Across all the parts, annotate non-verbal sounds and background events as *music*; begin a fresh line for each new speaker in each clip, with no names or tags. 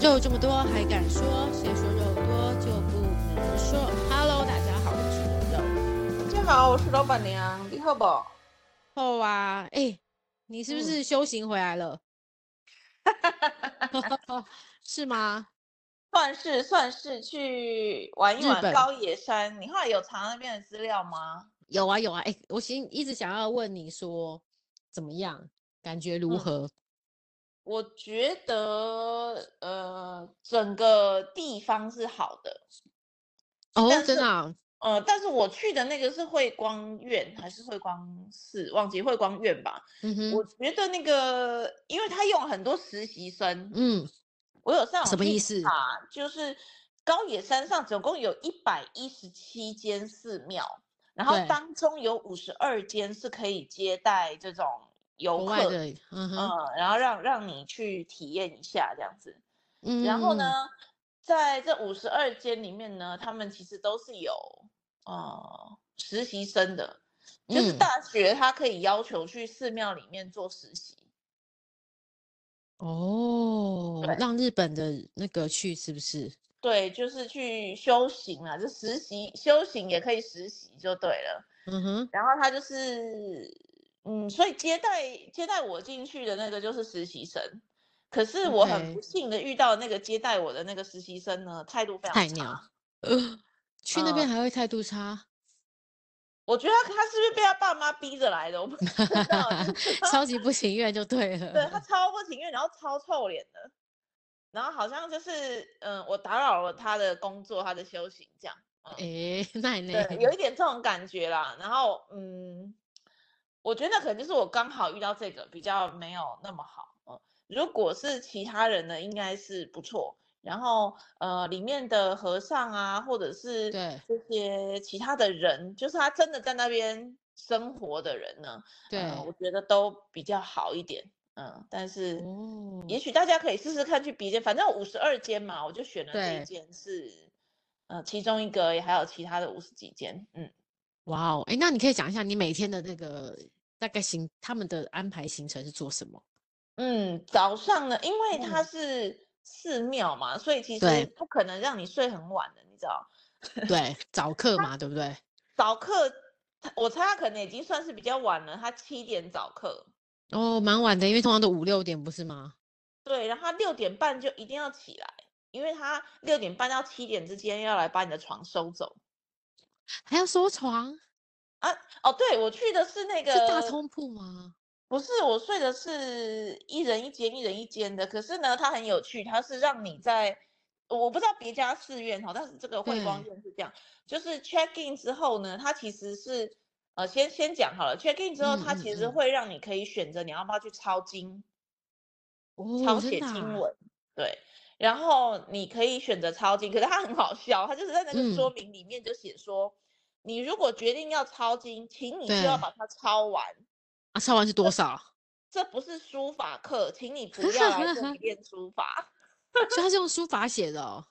肉这么多还敢说？谁说肉多就不能说？Hello，大家好，我是肉
大家好，我是老板娘，你好不？
肉啊！哎、你是不
嗯
是修行回来
*laughs*
了？是吗？
算是算是去玩一
日
玩
本
高野山。你后来有查那边的资料吗？
有啊有啊！哎、我其实一直想要问你说怎么样，感觉如
嗯
何？
我觉得呃，整个地方是好的，
哦，
但
真
是
的啊、
呃，但是我去的那个是慧光院还是慧光寺，忘记慧光院吧。
嗯
我
哼，
觉得那个，因为他用很多实习生，
嗯，
我有上网
什么
去
意思
查就是高野山上总共有一百一十七间寺庙，然后
对
当中有五十二间是可以接待这种游
国外
客，
的，嗯哼，
嗯，然后让让你去体验一下这样子。
嗯，
然后呢
嗯？，
在这五十二间里面呢，他们其实都是有呃实习生的，就是
嗯
大学他可以要求去寺庙里面做实习。
哦
对，
让日本的那个去是不是？
对，就是去修行啊，就实习修行也可以实习就对了。
嗯哼，
然后他就是，嗯，所以接待接待我进去的那个就是实习生，可是我很不
OK
幸的遇到那个接待我的那个实习生呢，态度非常
菜
差
鸟。
*laughs*
呃，去那边还会态度差，
我觉得他他是不是被他爸妈逼着来的？我不知道，就是他
*laughs* 超级不情愿就对了。
对
*laughs*
他超不情愿，然后超臭脸的，然后好像就是嗯，我打扰了他的工作，他的修行这样。
*laughs*
嗯，
哎、那也
对，有一点这种感觉啦。然后嗯，我觉得可能就是我刚好遇到这个比较没有那么好。嗯，如果是其他人呢，应该是不错。然后呃，里面的和尚啊，或者是
对
这些其他的人，就是他真的在那边生活的人呢，
对、
呃我觉得都比较好一点。嗯，但是
哦，
也许大家可以试试看去比肩，反正五十二间嘛，我就选了这
对
一间是，呃，其中一个，也还有其他的五十几间。嗯，
哇哦，哎、那你可以讲一下你每天的那个大概行他们的安排行程是做什
*laughs*
么？
嗯，早上呢，因为它
嗯
是寺庙嘛，所以其
对
实不可能让你睡很晚的，你知道。
对，早课嘛，对不对？
早课，我猜他可能已经算是比较晚了，他七点早课，
哦，蛮晚的，因为通常都五六点不是吗？
对，然后他六点半就一定要起来，因为他六点半到七点之间要来把你的床收走。
还要收床？
啊，哦，对，我去的是那个
是大通铺吗？
不是，我睡的是一人一间，一人一间的。可是呢，它很有趣，它是让你在，我不知道别家寺院哈，但是这个慧光
对
院是这样，就是 check in 之后呢，它其实是，呃，先先讲好了，check in 之后，
嗯
它
嗯
其实
嗯
会让你可以选择你要不要去抄经，
哦，
抄
真
写
的、
经
啊，
文，对。然后你可以选择抄经，可是它很好笑，它就是在那个
嗯
说明里面就写说，你如果决定要抄经，请你就要
对
把它抄完。
啊，抄完是
*laughs*
多少？
这不是书法课，请你不要来这
*laughs*
里练书法。
所以他是用书法写的哦，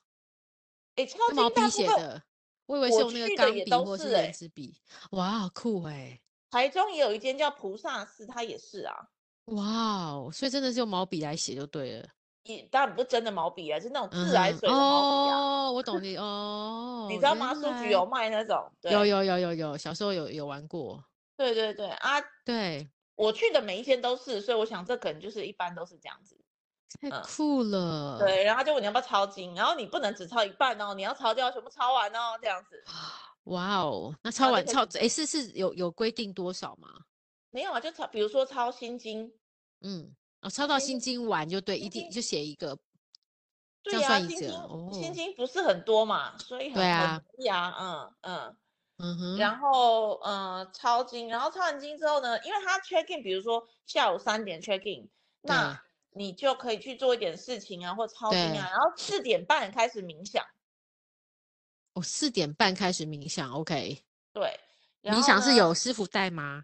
哎，抄
用毛
经
笔
大部
写
分，
的。我以为是
我
用那个
去的
钢
也
笔
都
或是
是
圆
欸
珠笔，哇，好酷哎、
台中也有一间叫菩萨寺，它也是啊，
哇哦，所以真的是用毛笔来写就对了。
也当然不是真的毛笔啊，是那种自来
哼
水的毛笔啊。
哦，我懂你嗯哦。
你知道
原
吗？书
来
局有卖那种，对，
有有有有有，小时候有有玩过。
对对对啊，
对，
我去的每一间都是，所以我想这可能就是一般都是这样子。
太
嗯
酷了。
对，然后他就问你要不要抄经，然后你不能只抄一半哦，你要抄就要全部抄完哦，这样子。
啊哇哦，那抄
就
完
可以
抄诶，是是有有规定多少吗？
没有啊，就抄，比如说抄心经，
嗯，哦，抄到
心
心经完就对，
心
一定
经
就写一个。这样
对呀、
算一
薪
折
金
哦
薪金不是很多嘛，所以很
对
很
啊
容易啊，嗯
嗯
嗯，
哼，
然后呃抄经，然后抄完经之后呢，因为他 check in，比如说下午三点 check in，那你就可以去做一点事情啊，或抄经
对
啊，然后四点半开始冥想，
我哦四点半开始冥想，OK。
对，然
冥
后
想是
呢
有师傅带吗？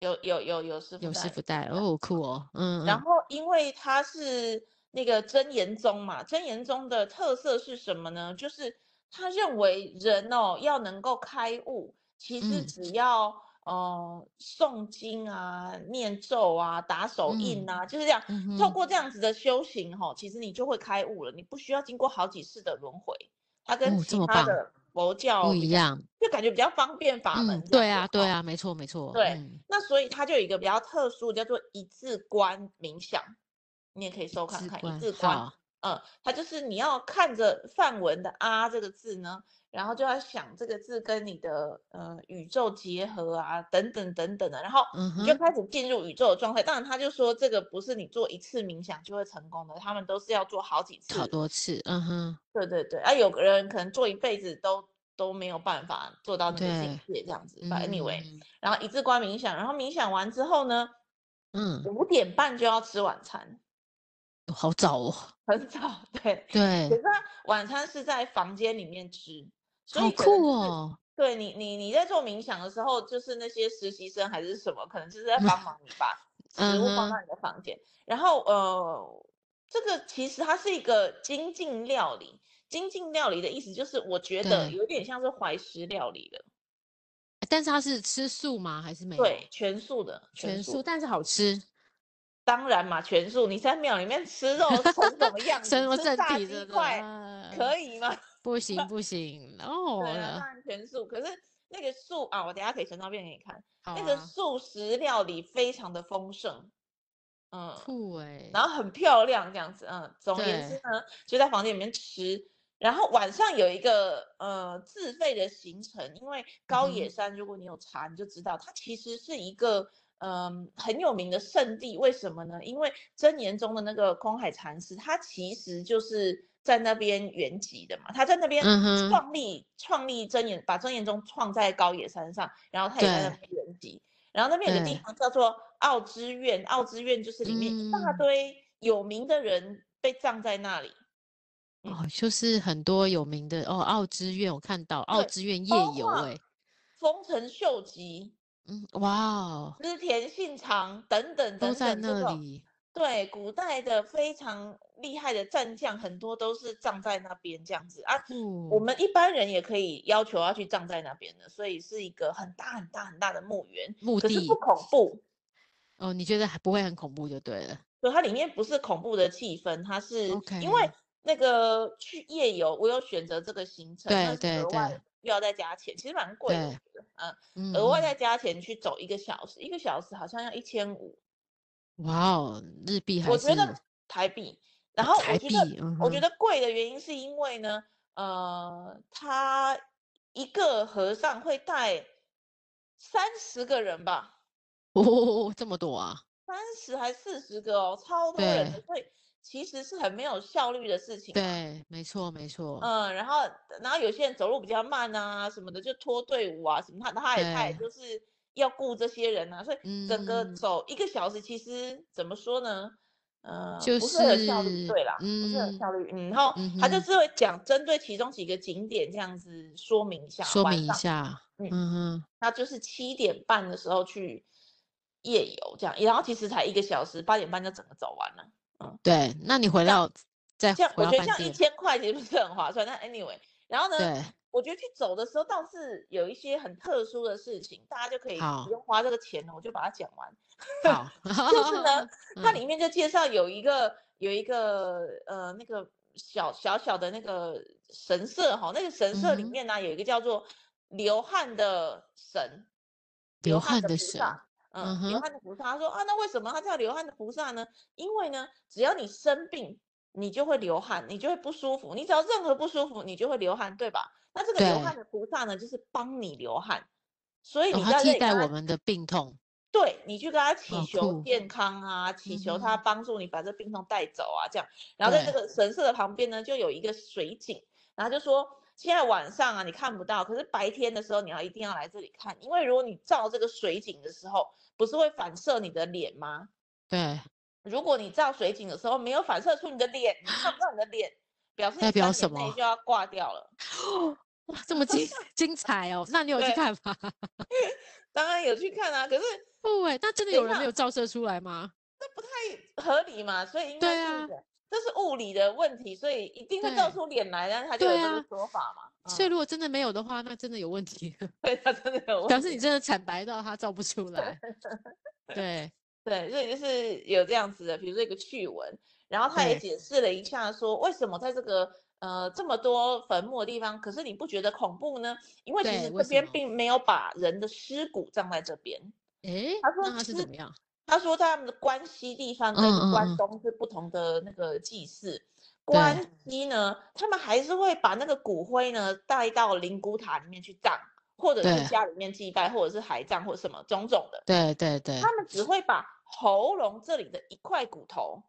有有有有师傅
有师
带
傅带哦，酷哦，嗯
然
嗯，
后因为它是那个真言宗嘛，真言宗的特色是什么呢？就是他认为人哦要能够开悟，其实
嗯
只要、呃诵经啊、念咒啊、打手印啊，就是这样。
嗯
透
哼，
过这样子的修行哈、其实你就会开悟了，你不需要经过好几次的轮回。它跟
哦
其
这么
他
棒
的佛教
不
比
一
较，
样。
就感觉比较方便法
嗯，
门这样子。
对啊，对
哦
啊，没错，没错。
对
嗯
那所以它就有一个比较特殊，叫做一字观冥想，你也可以搜看
直
看一
观
字观。
好，
嗯，它就是你要看着梵文的“啊”这个字呢，然后就要想这个字跟你的呃宇宙结合啊，等等等等的，然后
嗯
你就
哼，
开始进入宇宙的状态。当然，他就说这个不是你做一次冥想就会成功的，他们都是要做好几
好
次。
多次，嗯哼，
对对对，啊，有个人可能做一辈子都都没有办法做到那个境
对，
界这样子。But anyway，
嗯
然后一字观冥想，然后冥想完之后呢，
嗯，
五点半就要吃晚餐，
好早哦，
很早， *laughs* 对。可
对，
是它晚餐是在房间里面吃，所
好
以可能
酷
就是
哦，
对你你你在做冥想的时候，就是那些实习生还是什么，可能就是在帮忙你把食
嗯
物放
哼，
到你的房间。然后呃，这个其实它是一个精进料理。精进料理的意思就是，我觉得
对，
有点像是怀石料理了，
但是他是吃素吗？还是没有
对，全素的，全
全素？
素。
但是好吃，
当然嘛，全素，你在庙里面
*laughs*
吃肉成什么样
什
子？
么
吃
正
炸
体
鸡
真的
块
啊，
可以
*laughs*
吗？
不行不行哦，
对啊，当
呃
然全素。可是那个素啊，我等一下可以传照片给你看。
好
那个
啊，
素食料理非常的丰盛，嗯，
酷
然
诶，
后很漂亮这样子，嗯。总而言之
对，
呢，就在房间里面吃。然后晚上有一个呃自费的行程，因为
嗯
高野
哼，
山，如果你有查，你就知道它其实是一个嗯、很有名的圣地。为什么呢？因为真言宗的那个空海禅师，他其实就是在那边圆寂的嘛，他在那边
嗯哼，
创立创立真言，把真言宗创在高野山上，然后他也在那
对
边圆寂。然后那边有个地
对，
方叫做奥之院，奥之院就是里面一大
嗯。
堆有名的人被葬在那里。嗯，
哦，就是很多有名的哦，奥之院我看到奥
对，哦
之院夜
包
游，
括
哎，
丰臣秀吉、
嗯，哇哦，
织田信长等等
都
等
在
等这
那
种，
里，
对，古代的非常厉害的战将，很多都是葬在那边这样子啊。我
酷，
们一般人也可以要求要去葬在那边的，所以是一个很大很大很大的墓园，
墓
可是不
地
恐怖，
哦，你觉得还不会很恐怖就对了
对，它里面不是恐怖的气氛，它是因为
，OK，
那个去夜游，我有选择这个行程，那
对对
是额外
对
又要再加钱，其实蛮贵的，我
对，
觉得，嗯，额外
嗯
再加钱去走一个小时，一个小时好像要一千五，
嗯，哇哦，日币还
我觉
是
得台币。然后我
台
觉得，
币，嗯
我
哼，
觉得贵的原因是因为呢，呃，他一个和尚会带三十个人吧，
哦，这么多啊，
三十还四十个哦，超多人
对
的，所以其实是很没有效率的事情啊啦。
对，没错没错，
嗯，然后然后有些人走路比较慢啊，什么的就拖队伍啊，什么他他也他也
对，
就是要顾这些人啊，所以整个
嗯，
走一个小时，其实怎么说呢？呃，
就
不是很有效率，
是，
对啦，不是很有
嗯
效率。嗯，然后
嗯
他就
哼，
是会讲针对其中几个景点这样子说明一下，
说
晚
明一
上，
下，
嗯，
嗯哼，
那就是七点半的时候去夜游这样，然后其实才一个小时，八点半就整个走完了，嗯。
对，那你回
这样
到再
这样
回
我
到
觉得
饭
像一
店，
千块其实不是很划算。但 anyway，然后呢，
对，
我觉得去走的时候倒是有一些很特殊的事情，大家就可以不
好。哦
用花这个钱哦了，我就把它讲完。
好，
*laughs* 就是呢，它
嗯，
里面就介绍有一个有一个呃那个小小小的那个神社哈，那个神
嗯
社里
哼，
面呢、有一个叫做流汗的神，
流
流汗
汗
的
的
菩
神，
萨。嗯，
嗯
流
哼，
汗的菩萨，他说啊，那为什么他叫流汗的菩萨呢？因为呢，只要你生病，你就会流汗，你就会不舒服，你只要任何不舒服，你就会流汗，对吧？那这个流汗
对，
的菩萨呢，就是帮你流汗，所以
哦，
你
它
在这
替
里跟
代我
他
们的病痛，
对你去跟他祈
好
求
哦酷，
健康啊，祈
嗯
求他
哼，
帮助你把这病痛带走啊，这样。然后在这
对，
个神社的旁边呢，就有一个水井，然后就说现在晚上啊你看不到，可是白天的时候你要一定要来这里看，因为如果你照这个水井的时候，不是会反射你的脸吗？
对，
如果你照水井的时候没有反射出你的脸，你看不到你的脸，表示你
代表什
三年内
么？
就要挂掉了。
哇，这么
*laughs*
精精彩哦！那你有去
对，
看吗？ *laughs*
当然有去看啊，可是
不哎，那真的
等
有
一
人没
下嗯
有照射出来吗？
不太合理嘛，所以应该
对
是
啊，
的。这是物理的问题，所以一定会照
对
出脸来，但是他就有
对
这个
啊
说法嘛。
所以
嗯
如果真的没有的话，那真的有问题了，
对他真的有 *laughs* 问
表示
题
你真的惨白到他照不出来。
*laughs*
对，
对，所以就是有这样子的，比如说一个趣闻，然后他也
对
解释了一下，说为什么在这个呃这么多坟墓的地方，可是你不觉得恐怖呢？因为其
对
实
为
这
什
边
么
并没有把人的尸骨葬在这边。
诶，
他说
那他是
是
怎么样？
他说他们的关西地方跟
嗯嗯
关
嗯
东是不同的那个祭祀。
对
关西呢，他们还是会把那个骨灰呢带到灵骨塔里面去葬，或者
对
是家里面祭拜，或者是海葬或者什么种种的。
对对对，
他们只会把喉咙这里的一块骨
*laughs*
头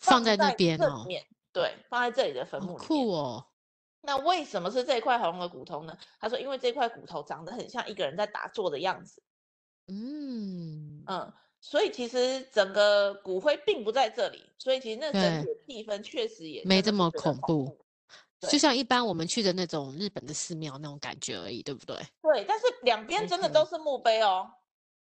放在那
这
边
里
哦
面对，放在这里的坟
好
墓里面。
酷哦。
那为什么是这块喉咙的骨头呢？他说，因为这块骨头长得很像一个人在打坐的样子，
嗯，
嗯，所以其实整个骨灰并不在这里，所以其实那整体的气氛确实也
没这
真的不
么
觉得
恐
恐
怖
怖。
就
对
像一般我们去的那种日本的寺庙那种感觉而已，对不对？
对，但是两边真的
OK
都是墓碑哦。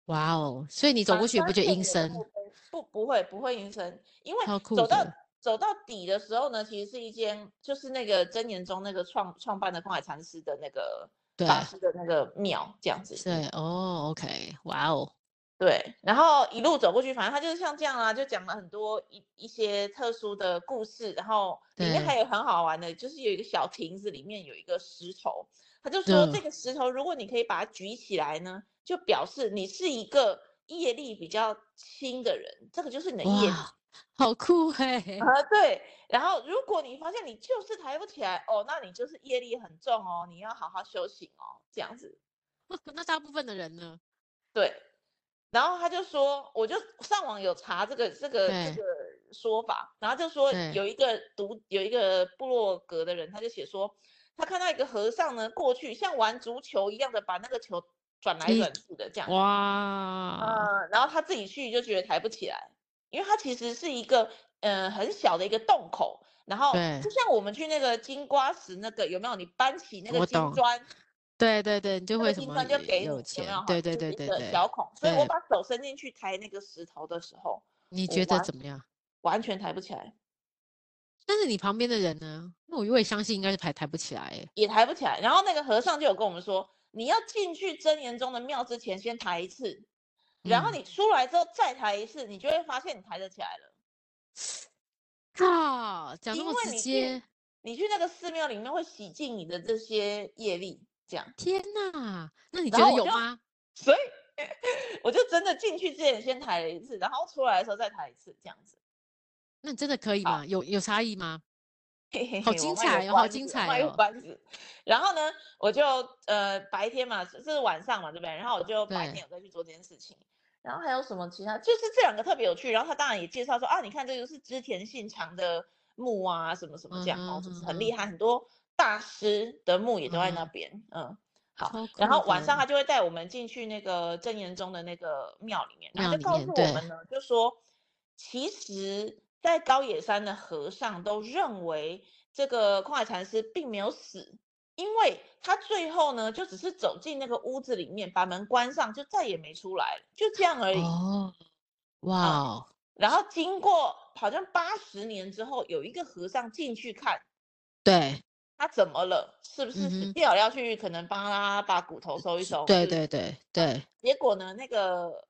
哇哦，所以你走
满
过去也不
山
觉得
遍
阴
野的
森
墓碑？不，不会，不会阴森，因为
超酷
走到
的
走到底的时候呢，其实是一间就是那个真言宗那个创创办的空海禅师的那个
对
法师的那个庙这样子。
对哦，OK，哇哦，
对，然后一路走过去，反正他就是像这样啊，就讲了很多一一些特殊的故事，然后里面还有很好玩的，就是有一个小亭子，里面有一个石头，他就说这
嗯
个石头，如果你可以把它举起来呢，就表示你是一个业力比较轻的人，这个就是你的业力 *laughs*
哇，好酷哎、
啊，对。然后如果你发现你就是抬不起来，哦，那你就是业力很重哦，你要好好修行哦，这样子。
*laughs* 那大部分的人呢？
对，然后他就说，我就上网有查这个这个
对
这个说法，然后就说
对
有一个读有一个部落格的人，他就写说，他看到一个和尚呢过去像玩足球一样的把那个球转来
踢
转去的这样，
哇，
呃，然后他自己去就觉得抬不起来，因为它其实是一个呃很小的一个洞口，然后
对
就像我们去那个金瓜石那个有没有？你搬起那个
我
金
懂
砖，
对对对，你就
那
会
个
什
金
么
砖就给你，有
有
没
钱
有？，
对
就
对
是
对
一
对
个
对，
小孔，所以我
对
把手伸进去抬那个石头的时候，
你
我
觉得
完
怎么样？
完全抬不起来，
但是你旁边的人呢？那我我也相信应该是抬抬不起来、欸，
也抬不起来。然后那个和尚就有跟我们说，你要进去真言宗的庙之前先抬一次，然后
嗯
你出来之后再抬一次，你就会发现你抬得起来了。
靠，讲那
因
么
为
直
你去
接，
你去那个寺庙里面会洗净你的这些业力，这样。
天哪！那你觉
然
得
后我
有
就
吗？
所以我就真的进去之前先抬了一次，然后出来的时候再抬一次，这样子。
那你真的可以
好
吗？有有差异吗？
嘿嘿
好
嘿，
精
我卖个
彩哦好
关
精
子我卖
彩
个
哦
关子。然后呢，我就呃白天嘛，这是晚上嘛，对不对？然后我就白
对
天有再去做这件事情。然后还有什么其他？就是这两个特别有趣。然后他当然也介绍说啊，你看这就是织田信长的墓啊，什么什么这样哦，
嗯哼
就是
嗯
很
哼
厉害，很多大师的墓也都在那
嗯
边。嗯，好。
超
然
酷
后晚上
的
他就会带我们进去那个真言宗的那个庙里面，然后
庙
就
里面
告诉我
对
们呢，就说其实，在高野山的和尚都认为这个空海禅师并没有死，因为他最后呢就只是走进那个屋子里面，把门关上，就再也没出来了，就这样而已。
哦，哇哦，
然后经过好像八十年之后，有一个和尚进去看。
对
他怎么了？是不是
嗯
死
哼呃
掉了？要去可能帮他把骨头收一收？
对
是
对对对，
结果呢，那个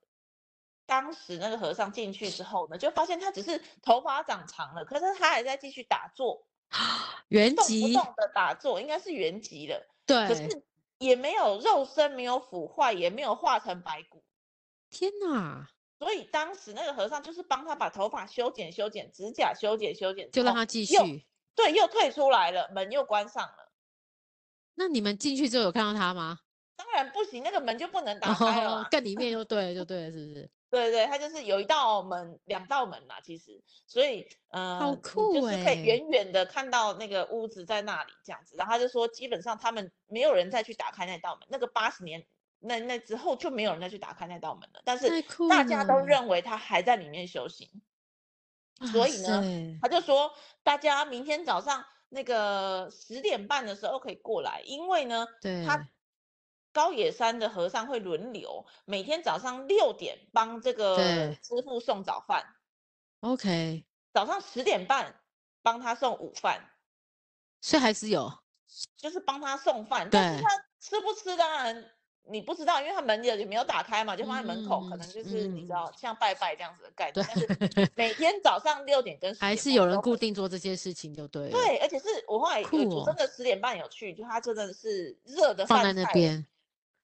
当时那个和尚进去之后呢，就发现他只是头发长长了，可是他还在继续打坐，
原
动不
籍
动的打坐，应该是原籍了，可
对，
是也没有肉身没有腐坏，也没有化成白骨，
天哪，
所以当时那个和尚就是帮他把头发修剪修剪，指甲修剪修剪之
就让
后
他继
又
续。
对，又退出来了，门又关上了。
那你们进去之后有看到他吗？ *laughs*
当然不行，那个门就不能打开了
哦
嘛，。
更里面就对了就对了，是不是？
对对，它就是有一道门，两道门嘛，其实，所以，嗯、
好
呃，你就
酷
是可以
欸
远远的看到那个屋子在那里这样子。然后他就说，基本上他们没有人再去打开那道门，那个八十年那那之后就没有人再去打开那道门了。但是
太酷
大家都
了
认为他还在里面修行，所
哇
以呢
啊塞
他就说大家明天早上那个十点半的时候可以过来，因为呢，他
对
高野山的和尚会轮流，每天早上六点帮这个
对
师傅送早饭，
，OK，
早上十点半帮他送午饭，
所以还是有，
就是帮他送饭，但是
对
他吃不吃当然你不知道，因为他门也也没有打开嘛，就放在门口，可
嗯
能就是你知
嗯
道像拜拜这样子的概
对
念。但
*laughs*
是每天早上六点跟10
还
点
是
半
有
都
人
会
固定做这些事情就对了，
对，而且是我后来有
酷
我
哦
真的十点半有去，就他真的是热的
放
饭
在
菜，
那边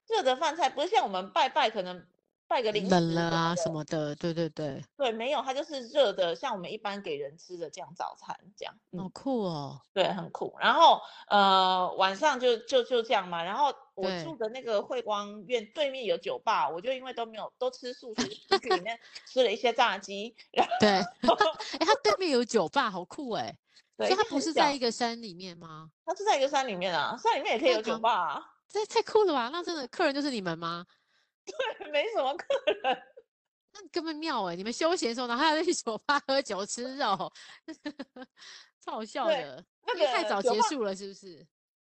热的饭菜不是像我们拜拜可能拜个零食
冷了啊
的
什么的，对对对，
对，没有，它就是热的，像我们一般给人吃的这样早餐这样，嗯，
好酷哦，
对，很酷。然后呃晚上就就就这样嘛，然后我
对
住的那个慧光苑对面有酒吧，我就因为都没有都吃素食，就去里面吃了一些炸鸡，然后 *laughs*
对， *laughs* 哎，它对面有酒吧，好酷哎，
对，
所以它
因为
不
很
是
小
在一个山里面吗？
它是在一个山里面啊，山里面也可以
那
有酒
旁
吧啊。 *laughs*
这太酷了吧！那真的客人就是你们吗？
没什么客人，
那根本妙哎！你们休闲的时候，然后还要去酒吧喝酒吃肉， *laughs* 超好笑
对
的。
那
因为太
个
早
酒
结
吧
束了，是不是？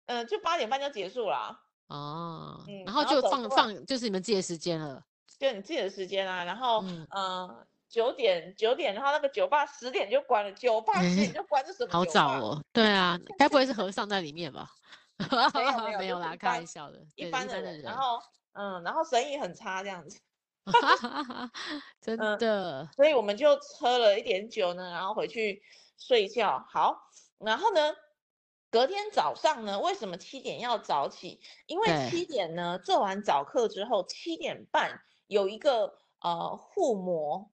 嗯、就八点半就结束啦，
哦，
嗯
然后
然后
就
走
放
出来
放，就是你们自己的时间了。
就你自己的时间啊。然后，
嗯
嗯、九点九点，然后那个酒吧十点就关了，酒吧
*laughs*
十点就关，这什么
好
酒
早
吧。 *laughs*
哦。对啊，该不会是和尚在里面吧？ *laughs*
没有没有
没
就
有
是
啦，
一
开
般
玩笑的。
一
对
般
的
的人，然后，嗯，然后生意很差这样子，
*laughs* 真
嗯
的
所以我们就喝了一点酒呢，然后回去睡觉。好，然后呢，隔天早上呢，为什么七点要早起？因为
对
七点呢做完早课之后，七点半有一个呃护膜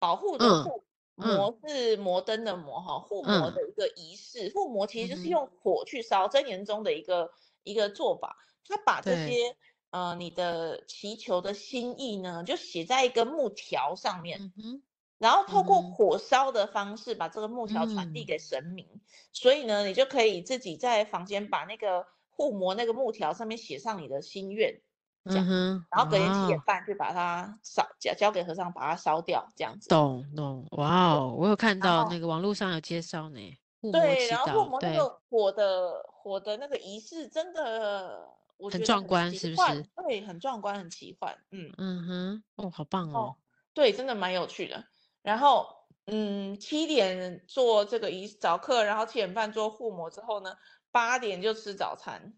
保护的
嗯嗯
护。膜是摩登的膜哈，护膜
嗯
的一个仪式。护膜其实就
嗯
是
哼
用火去烧，真言宗的一个一个做法。他把这
对
些呃你的祈求的心意呢，就写在一根木条上面。
嗯哼，
然后透过
嗯哼
火烧的方式把这个木条传递
嗯
给神明，所以呢，你就可以自己在房间把那个护膜那个木条上面写上你的心愿，这样
嗯哼，
然后隔天七点
哇哦
半去把它烧交交给和尚把它烧掉，这样子。
懂懂，哇哦！我有看
然
到
后
那个网络上有介绍呢，护魔
对，
祈
然后护
祷，
膜那
对，
个火的火的那个仪式真的，我
很
觉得
壮
很
观
奇
是不
幻
是？
对，很壮观，很奇幻，嗯。
嗯哼，哦，好棒哦
哦，，对，真的蛮有趣的。然后，嗯，七点做这个仪早课，然后七点半做护膜之后呢，八点就吃早餐。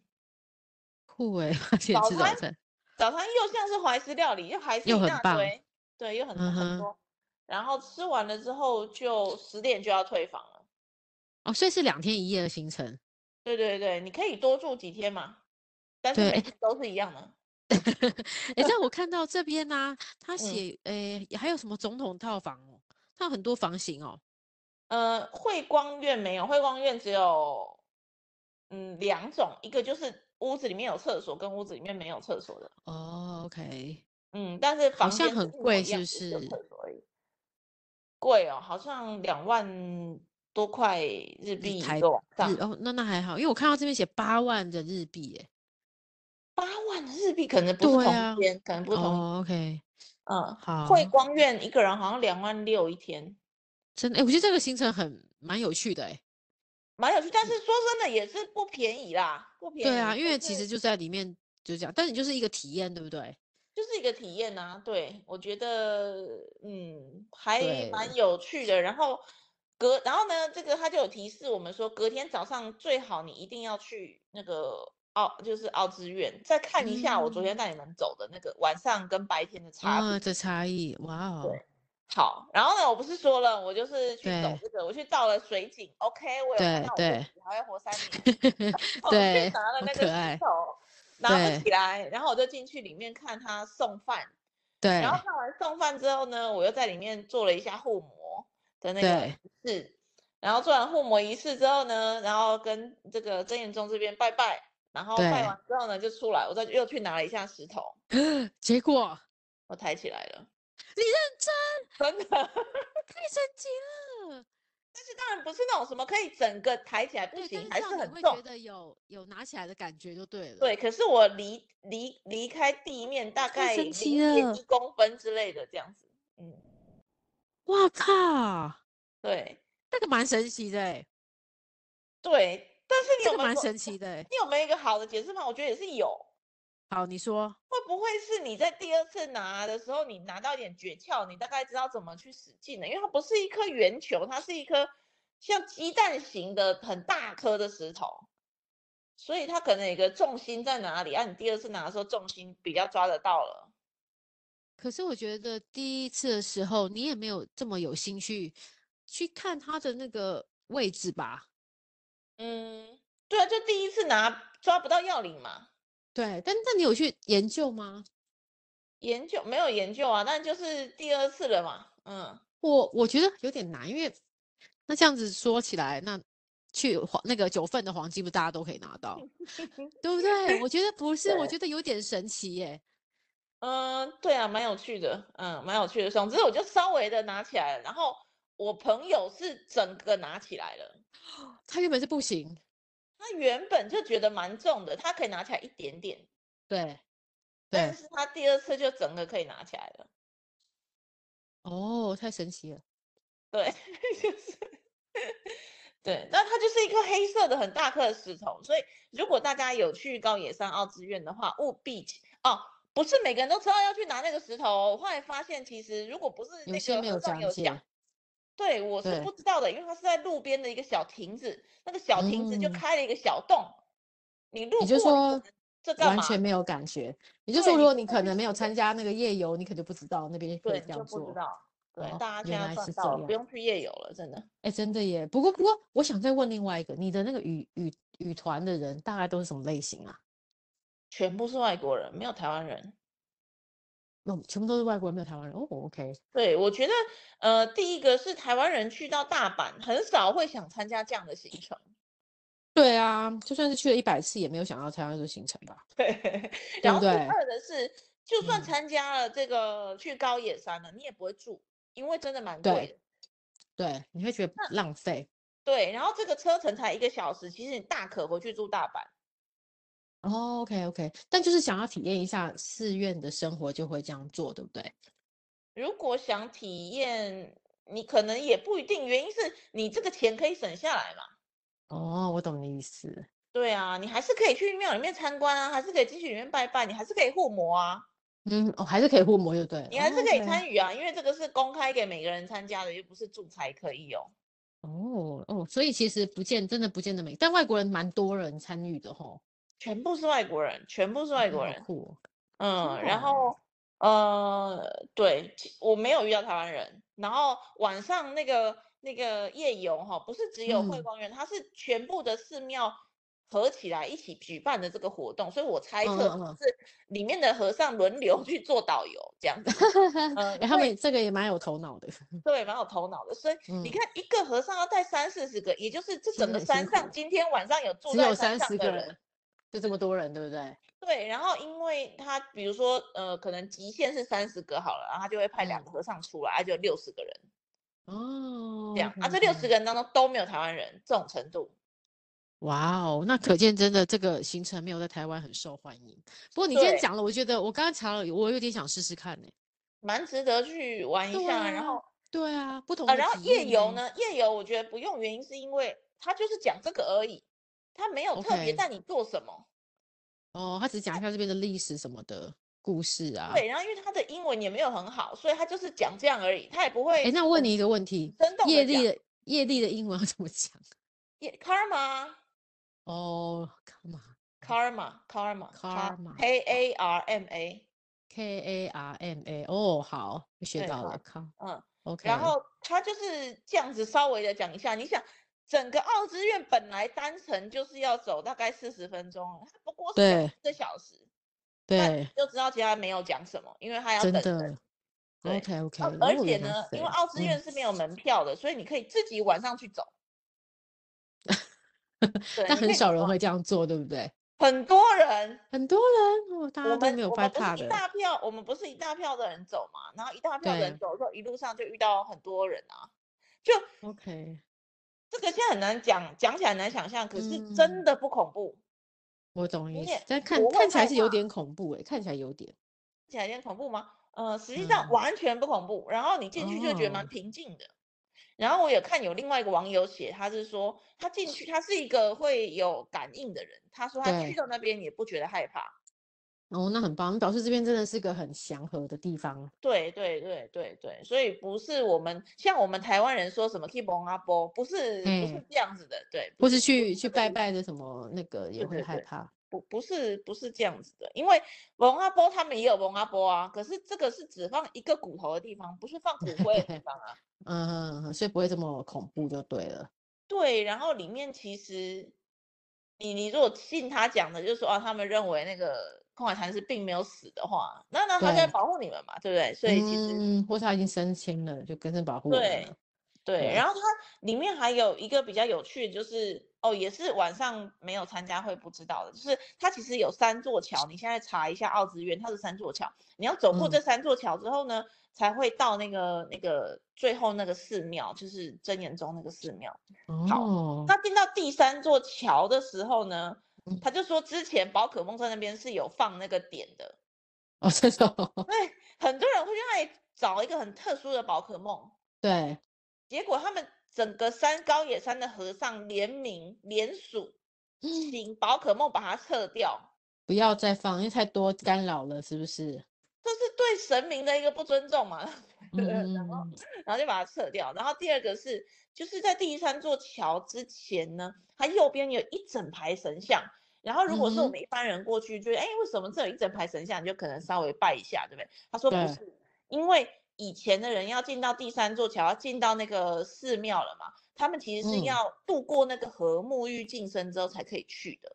酷 *laughs* 哎！八点
早
吃早
餐
餐，
早餐又像是怀石料理，又还是
又
一
很
大
棒
堆，对，又很多
嗯
很
哼
多。然后吃完了之后，就十点就要退房了。
哦，所以是两天一夜的行程。
对对对，你可以多住几天嘛，但是
对
每
哎
次都是一样的。
哎，但我看到这边呢，他
*laughs* 嗯
写哎，还有什么总统套房哦，它有很多房型哦。
呃，慧光院没有，慧光院只有嗯两种，一个就是屋子里面有厕所，跟屋子里面没有厕所的。
哦，OK，
嗯，但是
好
房
像
间是
很
一模
贵，
一
是
样，
不
只是有
是？
厕所而已。贵哦，好像两万多块日
日
币一
台
个晚
日
上，
哦，那那还好，因为我看到这边写八万的日币耶。
八万的日币可能不是
对
同一
啊，
间，可能不是同一，
哦，OK，
嗯，慧
好。
光院一个人好像两万六一天，
真的，哎，我觉得这个行程很蛮有趣的，哎，
蛮有趣，但是说真的也是不便宜啦，不便
嗯
宜，
对啊，因
可
为
是
其实就在里面就这样，但你就是一个体验，对不对？
就是一个体验呐、对，我觉得嗯还蛮
对，
有趣的。然后隔然后呢，这个他就有提示我们说，隔天早上最好你一定要去那个奥，就是奥之院，再看一下我昨天
嗯，
带你们走的那个晚上跟白天的差别。
啊，这差异，哇哦，
对，好，然后呢，我不是说了，我就是去走
对
这个，我去照了水井，OK，我有看
对
到我自
对
己还会活三年，
*laughs*
哦我去
对，
拿了
好
那个
可
石
爱，
头，拿了
对
起来，然后我就进去里面看他送饭，然后
对
看完送饭之后呢，我又在里面做了一下护膜的那个
对，
仪式，然后做完护膜仪式之后呢，然后跟这个曾延宗这边拜拜，然后拜
对，
完之后呢就出来，我再又去拿了一下石头，
结果
我抬起来了，
你认真，
真的。 *laughs*
太神奇了，
当然不是那种什么可以整个抬起来不
对，但
行，
是
还
至
是
少你
很
会觉
重。
得有有拿起来的感觉就对了，
对，可是我离离离开地面大
太
概
神奇
零点
了，
一公分之类的这样子。嗯，
哇靠，
对
这个蛮神奇的，哎，
对。但是你
这
有
个
没
蛮
有说，
神奇的，哎，
你有没有一个好的解释吗？我觉得也是有。
好，你说，
会不会是你在第二次拿的时候，你拿到一点诀窍，你大概知道怎么去使劲呢？因为它不是一颗圆球，它是一颗像鸡蛋型的很大颗的石头，所以它可能有一个重心在哪里，啊，你第二次拿的时候重心比较抓得到了。
可是我觉得第一次的时候，你也没有这么有心去去看它的那个位置吧？
嗯，对啊，就第一次拿抓不到要领嘛，
对，但那你有去研究吗？
研究没有研究啊，但就是第二次了嘛，嗯，
我我觉得有点难，因为那这样子说起来，那去黄那个九份的黄金不大家都可以拿
*laughs*
到，对不对？我觉得不是，我
对
觉得有点神奇耶、
嗯，对啊，蛮有趣的，嗯，蛮有趣的。总之，我就稍微的拿起来了，然后我朋友是整个拿起来了。
它原本是不行，
他原本就觉得蛮重的，他可以拿起来一点点，
对，
但
对，
是他第二次就整个可以拿起来了。
哦，太神奇了，
对， *laughs* 就是，对，那它就是一颗黑色的很大颗的石头，所以如果大家有去高野山奥之院的话，务必去哦。不是每个人都知道要去拿那个石头哦、我后来发现，其实如果不是
有
那
些
个
没
和
有
尚
讲
有
解
讲，对我是
对
不知道的，因为它是在路边的一个小亭子，那个小亭子就
嗯
开了一个小洞，你路
也就
过你可
说
能这干
完
嘛？
全没有感觉。也就是
对
说，
你
如果
不
你
会
可
去
能没有
体
参
验
加那个夜游，你可能就不知道那边可以
对，
这
你
样
就不
做
知。道。对，
哦
大家现
原
在
来
赚
是这
到了，不
样
用去夜游了，真的。
哎，真的耶。不过，不过，我想再问另外一个，你的那个语语语团的人大概都是什么类型啊？
全部是外国人，没有台湾人。
那、全部都是外国人，没有台湾人。哦，OK，
对，我觉得，呃，第一个是台湾人去到大阪，很少会想参加这样的行程。 *laughs*
对啊，就算是去了一百次，也没有想到台湾这个行程吧？
对，
对
然
不
后第
对？
二的是，就算
嗯
参加了这个去高野山了，你也不会住，因为真的蛮
对
贵的。
对，你会觉得浪费。
对，然后这个车程才一个小时，其实你大可回去住大阪。
哦，OK，OK，但就是想要体验一下寺院的生活，就会这样做，对不对？
如果想体验，你可能也不一定，原因是你这个钱可以省下来嘛。
哦，我懂你意思。
对啊，你还是可以去庙里面参观啊，还是可以进去里面拜拜，你还是可以护摩啊，
嗯，哦，还是可以互磨，就对了。
你还是
哦
可以
，OK
参与啊，因为这个是公开给每个人参加的，又不是住才可以哦。
哦哦，所以其实不见真的不见得每，但外国人蛮多人参与的吼，
全部是外国人，全部是外
嗯
国
好
人。 *laughs*
酷哦，真
嗯，然
好哎，
后呃，对，其我没有遇到台湾人。然后晚上那个那个夜游哈，不是只有慧
嗯
光园，它是全部的寺庙合起来一起举办的这个活动，所以我猜测
嗯嗯
是里面的和尚轮流去做导游这样子。
*laughs* 嗯，
呃，
哎，他
会
们也这个也蛮有头脑的，
对，蛮有头脑的。所以你
嗯，
看，一个和尚要带三四十个，也就是这
真的
整个
很
山
辛
上
苦，
今天晚上有住
只
在
有
山
三
上
十
的
个
人。
人，就这么多人，对不对？
对，然后因为他比如说呃，可能极限是三十个好了，然后他就会派两
嗯，
个和尚出来，啊就六十个人这
哦
样
，OK
啊。这六十
OK，
个人当中都没有台湾人，这种程度。
哇哦，那可见真的这个行程没有在台湾很受欢迎。不过你今天
对，
讲了，我觉得我刚刚查了，我有点想试试看呢。
蛮值得去玩一
对
下。然
啊，
后
对啊，嗯不同
呃，
的
然后
体
夜
验
游
呢。
呢，夜游我觉得不用，原因是因为他就是讲这个而已，他没有特别
OK，
带你做什么。
哦，他只讲一下这边的历史什么的故事啊。
对，然后因为他的英文也没有很好，所以他就是讲这样而已，他也不
哎，
会
那我问
很
你一个问题，
生动
业
的
力
讲。
的业力的英文要怎么讲？
也 karma
哦，karma
karma karma kar
karma
k a r m a
K A R M A 哦，好，我学
对
到了
好，
，karma
嗯，
OK，
然后他就是这样子稍微的讲一下，你想整个奥之院本来单程就是要走大概四十分钟了，哦他不过是讲
对
一个小时，那你
对，
就知道其他没有讲什么，因为他要
真
等人。
的
对，
，OK
而
OK，
而
哦，
且
原来是
呢，
这
因为
样，
奥之
嗯，
院是没有门票的，所以你可以自己晚上去走。
*laughs*
对，
但
你
很
可以
少人
晚
会这样做，对不对？
很多人，
很多人哦，大
我
家都
们
没有
我
拜
们不是
怕
一
的，
大票，我们不是一大票的人走嘛，然后一大票的人
对
走之后，一路上就遇到很多人啊，就
，OK，
这个现在很难讲，讲起来很难想象，可是真
嗯，
的不恐怖，
我懂
你
意
也
思，但看
不会
看起来
害
是有
怕，
点恐怖诶，看起来有点，
听起来有点恐怖吗？呃，实际上
嗯，
完全不恐怖，然后你进去就觉得蛮
哦，
平静的。然后我有看有另外一个网友写，他是说他进去，他是一个会有感应的人，他说他去
对。
到那边也不觉得害怕，
哦，那很棒，表示这边真的是个很祥和的地方。
对对对对对，所以不是我们像我们台湾人说什么 keep on up，哦不是、不
嗯
是这样子的，对，不
或是
不
去去
这个
拜
意
拜的什么那个也
对
会
对
害
对
怕。
不不是不是这样子的，因为蒙阿波他们也有蒙阿波啊，可是这个是只放一个骨头的地方，不是放骨灰的地方啊。
嗯，嗯所以不会这么恐怖就对了。
对，然后里面其实你你如果信他讲的，就是说啊，他们认为那个空海禅师并没有死的话，那那他就在
对
保护你们嘛，对不对？所以其实、
嗯，或是他已经升迁了，就跟着保护我们
对
了。
对，
对
然后它里面还有一个比较有趣的，就是哦，也是晚上没有参加会不知道的，就是它其实有三座桥，你现在查一下奥之院，它是三座桥，你要走过
嗯
这三座桥之后呢，才会到那个那个最后那个寺庙，就是真言宗那个寺庙。好
哦，
那进到第三座桥的时候呢
嗯，
他就说之前宝可梦在那边是有放那个点的，
哦， *laughs* 这种
对，很多人会去那里找一个很特殊的宝可梦，
对，
结果他们整个山高野山的和尚联名联署，请宝可梦把它撤掉，
不要再放，因为太多干扰了，是不是？
这是对神明的一个不尊重嘛， *laughs* 然后
嗯，
然后就把它撤掉。然后第二个是，就是在第三座桥之前呢，它右边有一整排神像。然后，如果是我
嗯哼
们一般人过去，就哎，为什么这有一整排神像？你就可能稍微拜一下，对不对？他说不
对
是，因为以前的人要进到第三座桥，要进到那个寺庙了嘛，他们其实是
嗯
要渡过那个河，沐浴净身之后才可以去的。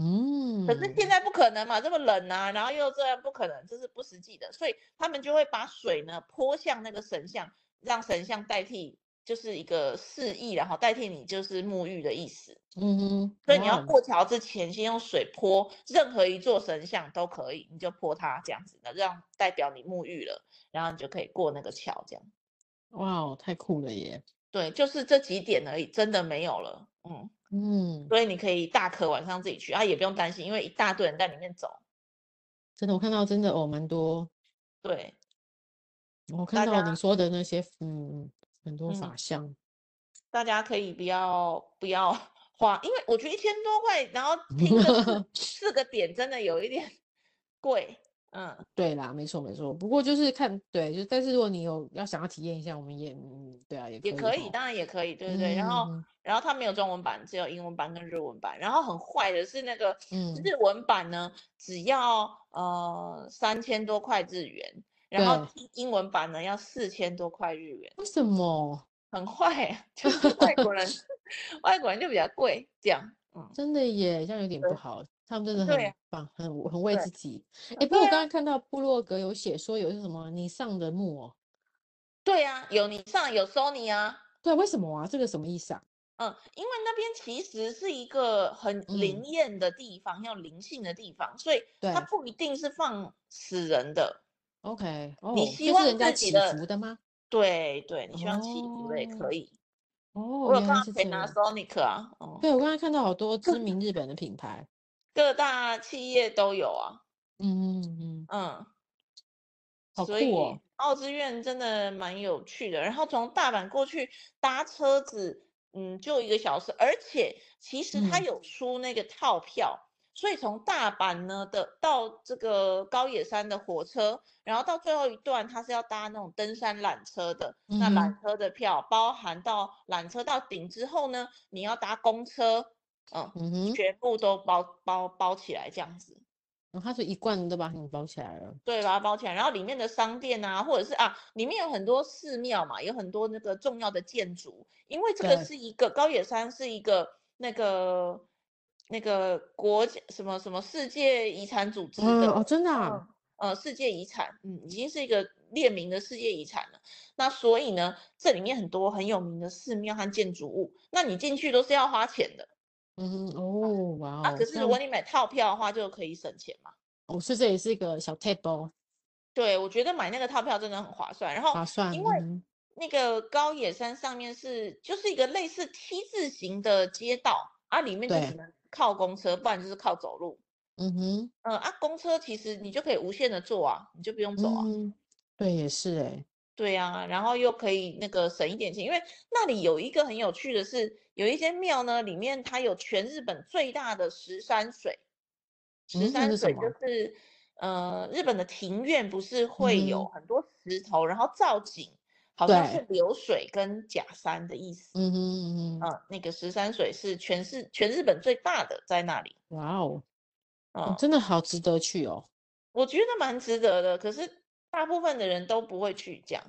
嗯，
可是现在不可能嘛，这么冷啊，然后又这样不可能，这是不实际的，所以他们就会把水呢泼向那个神像，让神像代替，就是一个示意，然后代替你就是沐浴的意思。
嗯哼，
所以你要
哇
过桥之前，先用水泼任何一座神像都可以，你就泼它这样子，那这样代表你沐浴了，然后你就可以过那个桥这样。
哇哦，太酷了耶！
对，就是这几点而已，真的没有了。嗯，
嗯，
所以你可以大可晚上自己去啊，也不用担心，因为一大堆人在里面走。
真的，我看到真的哦，蛮多，
对，
我看
大
到
家
你说的那些，嗯，很多
嗯
法相，
大家可以不要不要 *laughs* 花，因为我觉得一千多块，然
*laughs*
后听这四四个点真的有一点 *laughs* 贵，嗯，
对啦，没错没错。不过就是看，对，就但是如果你有要想要体验一下，我们也，嗯，对啊，也
也可以，
以哈，
当然也可以，对对对。然后
嗯
然后它没有中文版，只有英文版跟日文版。然后很坏的是那个
嗯
日文版呢，只要呃三千多块日元，然后听英文版呢要四千多块日元，
为什么？
很坏啊， *laughs* 就是外
*laughs*
国人外国人就比较贵这样，嗯。
真的耶，这样有点不
对
好。他们真的
对
很
啊
棒，很很为
对
自己。哎，
对
不过我
啊
刚刚看到部落格有写说有一个什么你上的木哦，
对啊，有你上有 Sony 啊，
对，为什么啊？这个什么意思啊？
嗯，因为那边其实是一个很灵
嗯
验的地方，很有灵性的地方，所以它
对
不一定是放死人的。
，OK，哦，
你希
就是
望
人家
自己
祈
的
福的吗？
对对，你希望祈福的也
哦
可以。
哦，
我有
原
看
来
到
是
谁
这
拿
样。
Sonic 啊，哦，
对，我刚才看到好多知名日本的品牌，
各大企业都有啊，
嗯嗯嗯，
嗯，
好
所
酷
以
哦
奥之院真的蛮有趣的。然后从大阪过去搭车子，嗯，就一个小时，而且其实它
嗯
有出那个套票，所以从大阪呢的到这个高野山的火车，然后到最后一段它是要搭那种登山缆车的，那
嗯
缆车的票包含到缆车到顶之后呢，你要搭公车，嗯，
嗯哼，
全部都包包包起来这样子。
然后它是哦一罐都把你包起来了，
对，把它包起来。然后里面的商店啊，或者是啊，里面有很多寺庙嘛，有很多那个重要的建筑，因为这个
对
是一个高野山是一个那个那个国家什么什么世界遗产组织
嗯
的，
哦，真的啊，
嗯呃，世界遗产，嗯，已经是一个列明的世界遗产了。那所以呢，这里面很多很有名的寺庙和建筑物，那你进去都是要花钱的
嗯哼哦，哇
啊。
哦，
可
这
是
样
如果你买套票的话，就可以省钱嘛。
哦，所以这也是一个小 table
对，我觉得买那个套票真的很划算。然后
划算，
哦因
嗯
为
哼
那个高野山上面是就是一个类似 T 字形的街道，啊，里面就
对
只能靠公车，不然就是靠走路。
嗯哼
嗯、啊，公车其实你就可以无限的坐啊，你就不用走啊。
嗯，对，也是哎，
对啊，然后又可以那个省一点钱，因为那里有一个很有趣的是，有一间庙呢，里面它有全日本最大的石山水。石
嗯那
山
是什
水就
么
是呃，日本的庭院不是会有
嗯
很多石头，然后造景，好像
对
是流水跟假山的意思。
嗯哼嗯哼，
嗯，那个石山水是全是全日本最大的，在那里。
哇哦，
嗯，
真的好值得去哦。
我觉得蛮值得的，可是大部分的人都不会去讲。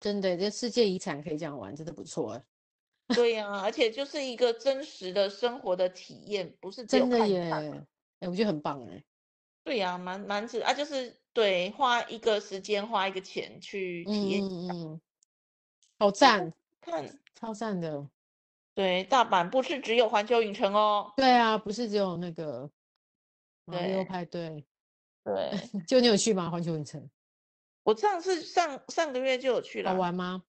真的，这世界遗产可以这样玩，真的不错哎，
对呀、而且就是一个真实的生活的体验，不是只有
真的
看
耶，
看。啊
哎，我觉得很棒哎，
对呀、蛮蛮值啊，就是对，花一个时间，花一个钱去体验
嗯嗯嗯，好赞，
看。
超赞的。
哦对，大阪不是只有环球影城哦。
对啊，不是只有那个马里奥
对
派对， *laughs*
对，
就你有去吗？环球影城
我上次上上个月就有去
好
了，
玩吗？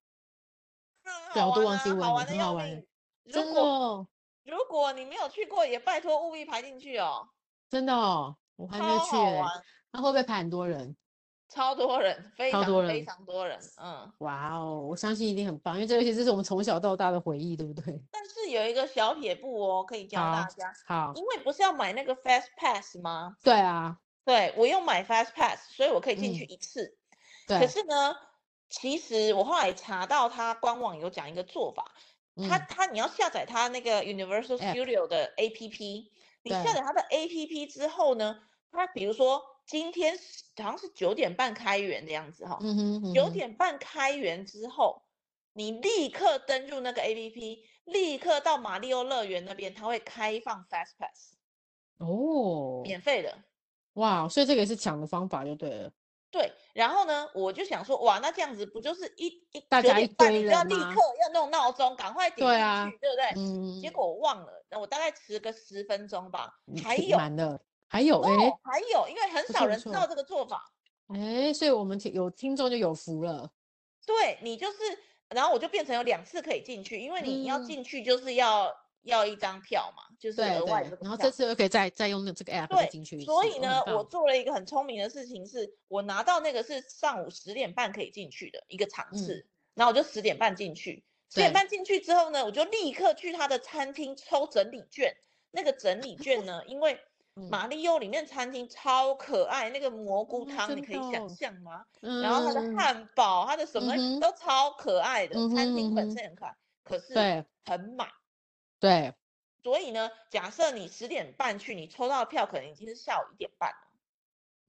嗯
对
好
我都
玩
忘
啊
记问
好
了
玩的
很好
要
玩
命。如
真的
果
哦，
如果你没有去过，也拜托务必排进去哦，
真的哦，我还没
超
去
好
哎，
玩，
那会不会排很多人？
超多人，非
超
常
多
非
人
常多人，嗯。
哇哦，我相信一定很棒，因为这尤其这是我们从小到大的回忆，对不对？ *laughs*
但是有一个小撇步哦，可以教
好
大家，
好，
因为不是要买那个 Fast Pass 吗？
对啊，
对我有买 Fast Pass，所以我可以进去
嗯
一次。可
对，
是呢，其实我后来查到它官网有讲一个做法，它
嗯
它你要下载它那个 Universal
App
Studio 的 APP，你下
对
载它的 APP 之后呢，它比如说今天是好像是九点半开园的样子哈、
嗯哼嗯
九
哼，
点半开园之后，你立刻登入那个 APP，立刻到马里奥乐园那边，它会开放 Fast Pass，
哦，
免费的。
哇，所以这个也是抢的方法就对了，
对，然后呢，我就想说，哇，那这样子不就是一一
大
九
家一
点半
堆
你就要
人
立
吗
刻要弄闹钟，赶快点
对
进
啊
去，对不对？
嗯，
结果我忘了，那我大概迟个十分钟吧，
嗯
还
挺
有
满了，还有哎
哦，还有，因为很
不
少
错不
人知道
错
这个做法，
哎，所以我们听有听众就有福了，
对你就是，然后我就变成有两次可以进去，因为你要
嗯
进去就是要要一张票嘛，就是
对
额外
对
的这，个
然后
票
这次又可以再再用那这个 app 再进去
对，
一
所
次
以
哦
呢，
很
我
棒
做了一个很聪明的事情是，我拿到那个是上午十点半可以进去的一个场
嗯
次，然后我就十点半进去，十点
对
半进去之后呢，我就立刻去他的餐厅抽整理券。那个整理券呢，因为
嗯
马里奥里面餐厅超可爱，那个蘑菇
哦
汤你
真
可以
的哦
想象吗？然后它的
嗯
汉堡、它的什么
嗯哼
都超可爱的，餐
嗯哼嗯
厅本
哼
身很可爱，可是
对
很满。
对，
所以呢，假设你十点半去，你抽到的票可能已经是下午一点半了，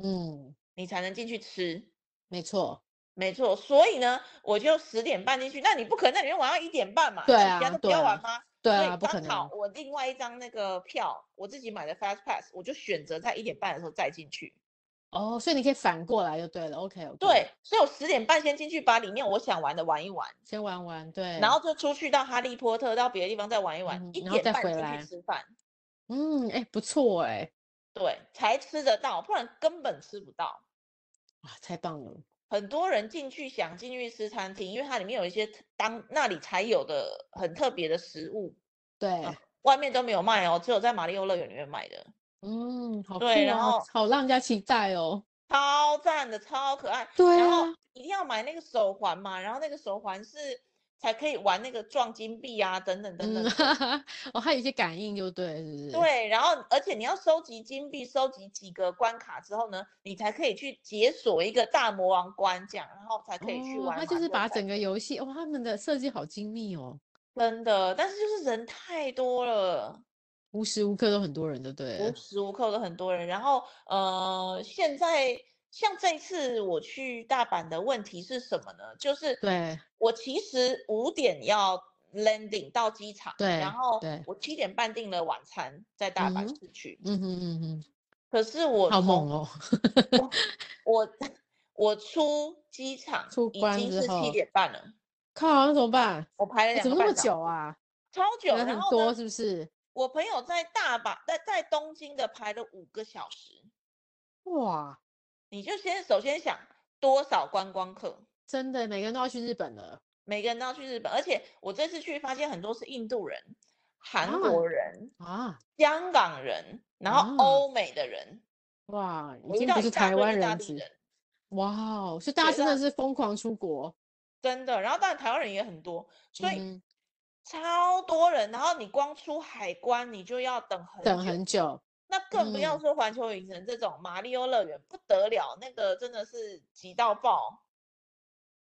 嗯，
你才能进去吃。
没错，
没错，所以呢，我就十点半进去，那你不可能在里面玩到一点半嘛？
对
那其他
啊
都不
对
要
啊
玩吗？
对
所
啊，
以
不可
刚好
能，
我另外一张那个票，我自己买的 Fast Pass，我就选择在一点半的时候再进去。
哦，所以你可以反过来就对了，OK OK，
对，，所以我十点半先进去，把里面我想玩的玩一玩，
先玩玩，对，
然后就出去到哈利波特，到别的地方再玩一玩
嗯，
一
然后
点
再
半
回
进
来
去吃饭，
嗯，哎，不错哎，
对，才吃得到，不然根本吃不到。
哇，太棒了，
很多人进去想进去吃餐厅，因为它里面有一些特当那里才有的很特别的食物，
对，
外面都没有卖哦，只有在马里奥乐园里面卖的，
嗯，好酷
对然
哦，
后
好让人家期待哦，
超赞的，超可爱。
对
然后
啊，
一定要买那个手环嘛，然后那个手环是才可以玩那个撞金币啊，等等等
嗯，
等的。
哈哈，哦，还有一些感应就对，是不是？，
对，然后而且你要收集金币，收集几个关卡之后呢，你才可以去解锁一个大魔王关，这样，然后才可以去
哦
玩马里奥赛车。
他就是把整个游戏，哇，他们的设计好精密哦，
真的，但是就是人太多了。
无时无刻都很多人，对不对
无
了？
时无刻的很多人。然后呃，现在像这一次我去大阪的问题是什么呢？就是
对
我其实五点要 landing 到机场，
对
然后
对
我七点半订了晚餐在大阪
嗯哼
市区，
嗯哼嗯哼，
可是我
好
从
猛哦， *laughs*
我我出机场
出
已
关
经
之
是七
后
点半了，
靠，那怎么办？
我排了
哎
两
怎
个
么那么
半小
久啊？
时，超久。
人
然
很
后
多
呢，
是不是？
我朋友在大阪在在东京的排了五个小时，
哇，
你就先首先想多少观光客。
真的，每个人都要去日本了
每个人都要去日本，而且我这次去发现很多是印度人、
啊
韩国人、
啊！
香港人，然后
啊
欧美的人，
哇，
我
已
遇
经
到
不
一
是
大
台
堆
湾
意大
人
利
只
人，
哇哦，所以大家
对
真的
那
是疯狂出国，
真的。然后当然台湾人也很多，所以
嗯
超多人。然后你光出海关，你就要等
哼
很
等
久，
很久，
那更不要
嗯
说环球影城这种马里奥乐园不得了，那个真的是急到爆。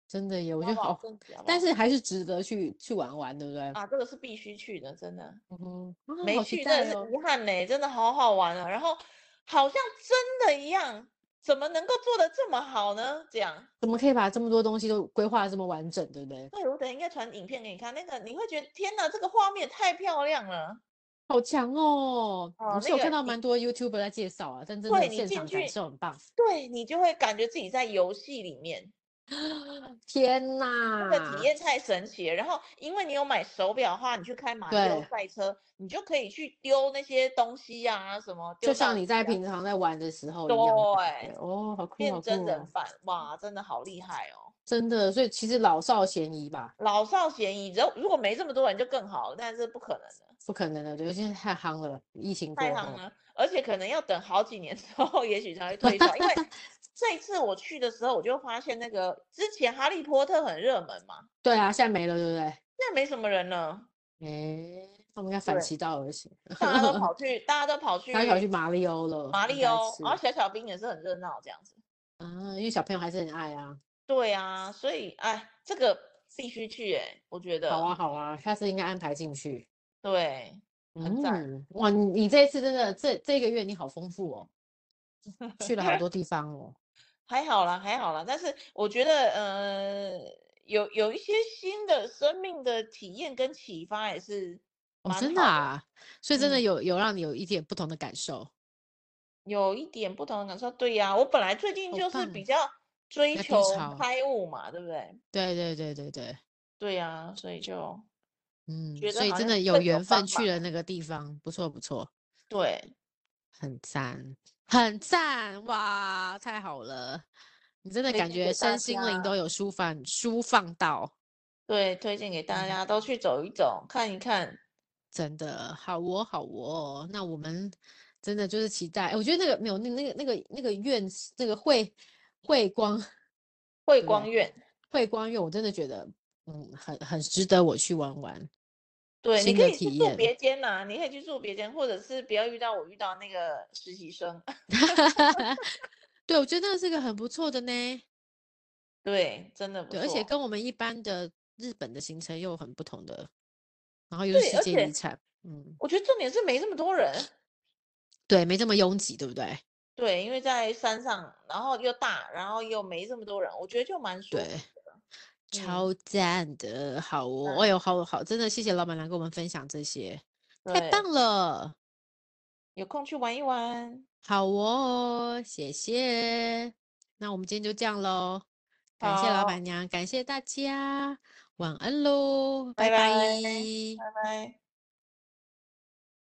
真的耶，我觉得
好不好
好，
升级好不
但
好
是还是值得去去玩玩，对不对？
啊，这个是必须去的，真的。
嗯哼，啊
没
好期
去真
待
的
哦
是！遗憾呢、真的好好玩啊。然后好像真的一样，怎么能够做的这么好呢？这样，
怎么可以把这么多东西都规划得这么完整，对不对？
对我等一下应该传影片给你看，那个你会觉得天哪，这个画面太漂亮了。
好强哦！
哦
我是有
那个
看到
你
蛮多 YouTuber 在介绍啊，但真
对
的
你
现
进
场
去
感受很棒。
对你就会感觉自己在游戏里面，
天
这
呐，
个体验太神奇了。然后，因为你有买手表的话，你去开马里奥
对
赛车，你就可以去丢那些东西呀、什么
就
丢道具啊，
像你在平常在玩的时候一样的感觉。
对
哦，好酷，好
变
酷
真人
哦！
版，哇，真的好厉害哦！
真的，所以其实老少咸宜吧，
老少咸宜，如如果没这么多人就更好，但是不可能的，
不可能的，对，现在太夯了，疫情过嗯
太
后
夯。了，而且可能要等好几年之后，也许才会推销。
*laughs*
因为这一次我去的时候，我就发现那个之前《哈利波特》很热门嘛，
对啊，现在没了，对不对？
现在没什么人了，
诶，他们应该反
对
其道而行，
大家都跑去，大家
*laughs*
都跑去
他跑去马里奥了，
马
应
里
该
奥，
是
哦然后小小兵也是很热闹这样子。
啊，因为小朋友还是很爱啊。
对啊，所以哎，这个必须去哎、我觉得。
好啊，好啊，下次应该安排进去。
对，很赞
嗯，哇，你你这一次真的这这个月你好丰富哦，去了好
*laughs*
多地方哦。
还好啦，还好啦。但是我觉得，呃，有有一些新的生命的体验跟启发也是
哦
蛮，好
真的啊，所以真的
嗯
有有让你有一点不同的感受，
有一点不同的感受。对呀、我本来最近
好
就是
棒哦
比较追
在低
求
潮
开悟嘛，对不对？
对对对对对，
对呀、所以就
嗯，
觉得
所以
好
真
像
的有
更有
缘
帮
分去
忙
了那个地方，不错不错，
对，
很赞，很赞，哇，太好了，你真的
推
感
荐给
觉
大
身心灵都有舒放舒放到，
对，推荐给大
嗯
家都去走一走，看一看。
真的好哦，好哦，那我们真的就是期待。哎我觉得那个没有那那个那个那个院士那个慧慧光
慧
对啊
光院，
慧光院，我真的觉得嗯，很很值得我去玩玩。 *laughs*
对，你
新
可
的
以去
体
住
验
别间呐、你可以去住别间，或者是不要遇到我遇到那个实习生。 *laughs*
对，我觉得那是个很不错的呢。
对，真的不
对，
错。
而且跟我们一般的日本的行程又很不同的，然后又
对
是世
而
界
且
遗产，嗯，
我觉得重点是没这么多人，
对，没这么拥挤，对不
嗯
对？
对，因为在山上，然后又大，然后又没这么多人，我觉得就蛮舒服
对
的。嗯
超赞的，好哦，哎呦，好好，真的谢谢老板娘跟我们分享这些，太
对
棒了。
有空去玩一玩。
好哦，谢谢。那我们今天就这样喽，感谢老
好
板娘，感谢大家，晚安喽，
拜
拜
拜
拜
拜拜。